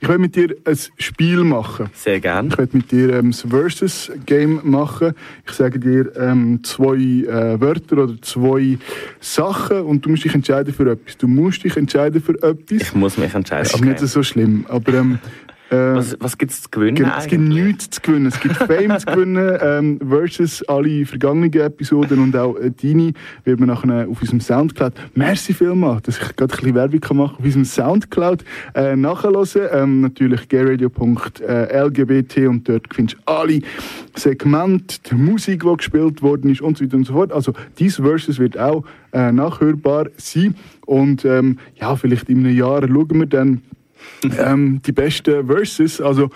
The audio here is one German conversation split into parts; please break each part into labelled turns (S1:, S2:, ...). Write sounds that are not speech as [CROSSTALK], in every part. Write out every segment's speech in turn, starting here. S1: Ich will mit dir ein Spiel machen.
S2: Sehr gern.
S1: Ich will mit dir ähm, das Versus-Game machen. Ich sage dir ähm, zwei äh, Wörter oder zwei Sachen und du musst dich entscheiden für etwas. Du musst dich entscheiden für etwas.
S2: Ich muss mich entscheiden.
S1: Es ist nicht so schlimm, aber ähm, äh,
S2: was, was gibt es zu gewinnen
S1: Genau, es gibt
S2: eigentlich?
S1: nichts zu gewinnen. Es gibt Fame zu gewinnen, ähm, versus alle vergangenen Episoden und auch äh, deine wird man nachher äh, auf unserem Soundcloud. Merci vielmals, dass ich gerade ein bisschen Werbung kann machen auf unserem Soundcloud äh, nachhören. Ähm, natürlich äh, gayradio.lgbt und dort findest du alle Segmente, die Musik, die gespielt worden ist und so weiter und so fort. Also, dieses Versus wird auch äh, nachhörbar sein. Und ähm, ja, vielleicht in einem Jahr schauen wir dann, ähm, die besten Verses. Also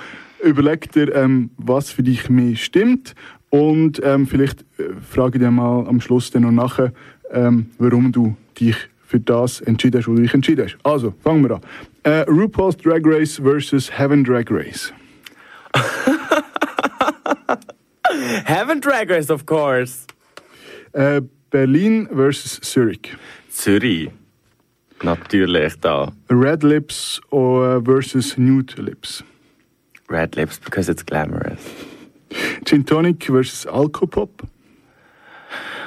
S1: überleg dir, ähm, was für dich mehr stimmt und ähm, vielleicht äh, frage ich dir mal am Schluss dann noch nachher, ähm, warum du dich für das entschieden hast, wo du dich entschieden hast. Also, fangen wir an. Äh, RuPaul's Drag Race versus Heaven Drag Race.
S2: Heaven Drag Race, of course.
S1: Äh, Berlin versus Zürich.
S2: Zürich. Natürlich da.
S1: Red Lips äh, versus Nude Lips.
S2: Red Lips, because it's glamorous.
S1: Gin Tonic versus Alcopop.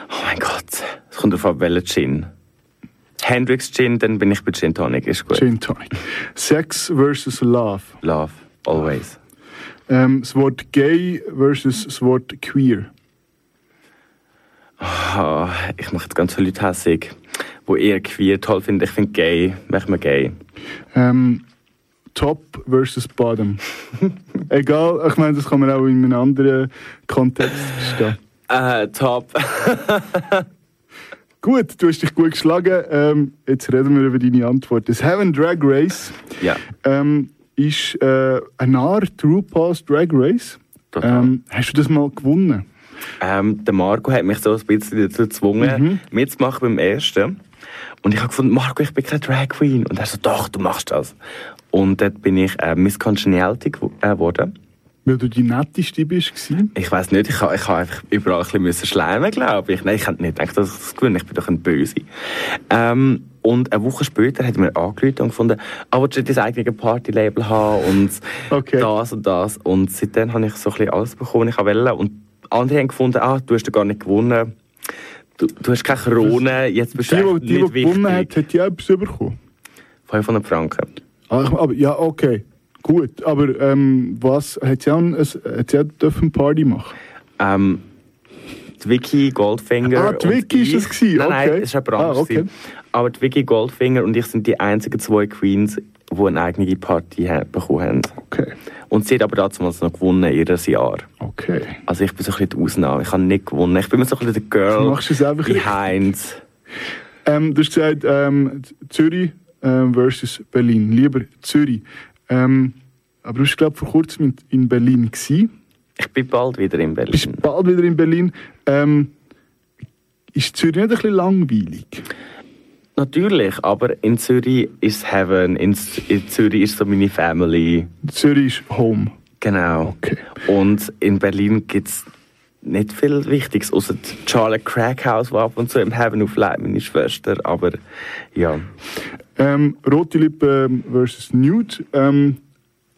S2: Oh mein Gott. Es kommt auf welchen Gin. Hendrix Gin, dann bin ich bei Gin Tonic. Ist gut.
S1: Gin Tonic. Sex versus Love.
S2: Love. Always.
S1: Ähm, das Wort gay versus das Wort queer.
S2: Oh, ich mache jetzt ganz viele Leute hässig, die eher queer toll finden. Ich finde gay. Mach mal gay.
S1: Ähm, top versus
S2: [LAUGHS]
S1: bottom. Egal, ich meine, das kann man auch in einem anderen Kontext verstehen.
S2: Äh, top.
S1: Gut, du hast dich gut geschlagen. Ähm, jetzt reden wir über deine Antwort. Das Heaven Drag Race
S2: ja.
S1: ähm, ist äh, eine Art RuPaul's Drag Race.
S2: Total.
S1: Ähm, hast du das mal gewonnen?
S2: Ähm, der Marco hat mich so ein bisschen dazu gezwungen, mitzumachen beim ersten. Und ich habe gefunden, Marco, ich bin keine Drag Queen. Und er so, doch, du machst das. Und dort bin ich äh, Miss Congeniality gew- äh, geworden.
S1: Weil du die netteste bist. gewesen?
S2: Ich weiß nicht, ich habe ich ha einfach überall ein bisschen müssen schleimen, glaube ich. Nein, ich hätte nicht gedacht, dass ich das gewinne. Ich bin doch ein Böse. Ähm, und eine Woche später hat er mir angerufen und gefunden, ah, willst du nicht dein eigenes Party-Label haben und
S1: Okay.
S2: das und das. Und seitdem habe ich so ein bisschen alles bekommen, was ich wollte. Und andere haben gefunden, ah, du hast doch gar nicht gewonnen. Du, du hast keine Krone, jetzt bist
S1: Die,
S2: du
S1: die, die,
S2: echt
S1: die
S2: nicht
S1: gewonnen hat,
S2: wichtig.
S1: hat ja etwas bekommen.
S2: 500 Franken.
S1: Ah, ich- aber, ja, okay. Gut, aber ähm, was, hat sie auch, ein, es- hat sie auch dürfen eine Party machen?
S2: Ähm, die Vicky Goldfinger.
S1: Ah, die
S2: und
S1: Vicky ist
S2: ich-
S1: es gewesen,
S2: Nein,
S1: okay.
S2: nein, es war jemand
S1: Ah,
S2: anderes.
S1: okay.
S2: gewesen. Aber die Vicky Goldfinger und ich sind die einzigen zwei Queens, die eine eigene Party ha- bekommen haben.
S1: Okay,
S2: Und sie hat aber damals noch gewonnen, ihres Jahr.
S1: okay.
S2: Also ich bin so ein bisschen die Ausnahme. Ich habe nicht gewonnen. Ich bin immer so ein bisschen der Girl.
S1: Du machst es einfach
S2: behind.
S1: Ähm, du hast gesagt, ähm, Z- Zürich ähm, versus Berlin. Lieber Zürich. Ähm, aber du warst, glaube vor kurzem in, in Berlin. Gewesen.
S2: Ich bin bald wieder in Berlin.
S1: Bist bald wieder in Berlin. Ähm, ist Zürich nicht ein bisschen langweilig?
S2: Natürlich, aber in Zürich ist Heaven. In, Z- in Zürich ist so meine Family.
S1: Zürich ist Home.
S2: Genau.
S1: Okay.
S2: Und in Berlin gibt es nicht viel Wichtiges, außer die Charlotte Crackhouse, die ab und zu im Heaven of Light, meine Schwester. Aber ja,
S1: Ähm, rote Lippen ähm, versus Nude. Ähm,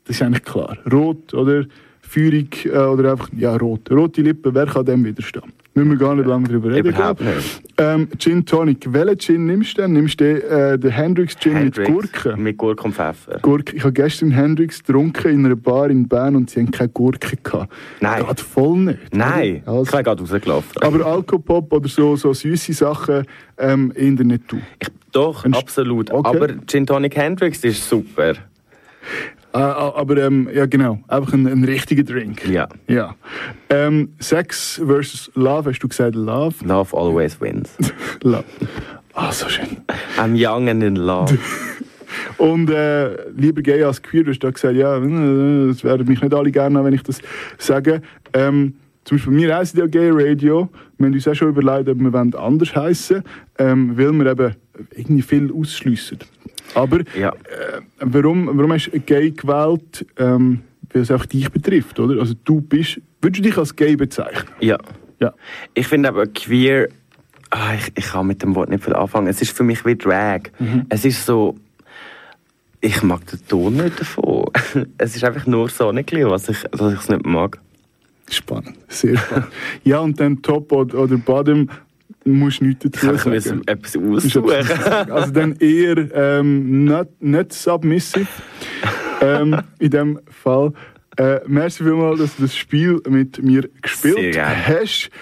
S1: das ist eigentlich klar. Rot oder feurig äh, oder einfach, ja, rot. Rote Lippen, wer kann dem widerstehen? Müssen wir gar nicht lange drüber reden.
S2: Überhaupt
S1: glaub.
S2: nicht.
S1: Ähm, Gin Tonic. Welchen Gin nimmst du denn? Nimmst du den, äh, den Hendrix Gin
S2: Hendrix
S1: mit Gurken?
S2: Mit Gurke und Pfeffer.
S1: Gurke. Ich habe gestern Hendrix getrunken in einer Bar in Bern und sie haben keine Gurke gehabt.
S2: Nein.
S1: Geht voll nicht. oder?
S2: Nein, ich
S1: Also,
S2: bin gerade rausgelaufen.
S1: aber Alkopop oder so, so süße Sachen ähm, in der Natur.
S2: Ich, doch,
S1: Ein Sch-
S2: absolut.
S1: Okay.
S2: Aber Gin Tonic Hendrix ist super.
S1: Äh, aber ähm, ja, genau. Einfach ein, ein richtiger Drink.
S2: Ja.
S1: Ja. Ähm, Sex versus Love, hast du gesagt Love?
S2: Love
S1: [LAUGHS]
S2: always wins.
S1: Love. Ah, so schön.
S2: I'm young and in love.
S1: Und äh, lieber gay als queer, du hast da gesagt, ja, äh, es werden mich nicht alle gerne haben, wenn ich das sage. Ähm, zum Beispiel, wir heißen ja Gay Radio. Wir haben uns auch schon überlegt, ob wir wollen anders heißen ähm, weil wir eben irgendwie viel ausschliessen. Aber
S2: Ja.
S1: äh, warum, warum hast du Gay gewählt? Ähm, weil es auch dich betrifft, oder? Also du bist, würdest du dich als Gay bezeichnen?
S2: Ja.
S1: Ja.
S2: Ich finde aber queer, ah, ich, ich kann mit dem Wort nicht viel anfangen. Es ist für mich wie Drag. Es ist so, Ich mag den Ton nicht davon. [LAUGHS] es ist einfach nur Sonnenglühen, was ich was ich's nicht mag.
S1: Spannend, sehr spannend. ja, und dann Top oder, oder Bottom musst du nichts dazu
S2: Ich
S1: sagen.
S2: muss
S1: Ist
S2: etwas
S1: etwas
S2: aussuchen.
S1: sagen. Also dann eher ähm, nicht, nicht submissive. ähm, in dem Fall. Äh, merci vielmals, dass du das Spiel mit mir
S2: Sehr
S1: gespielt
S2: gerne.
S1: hast.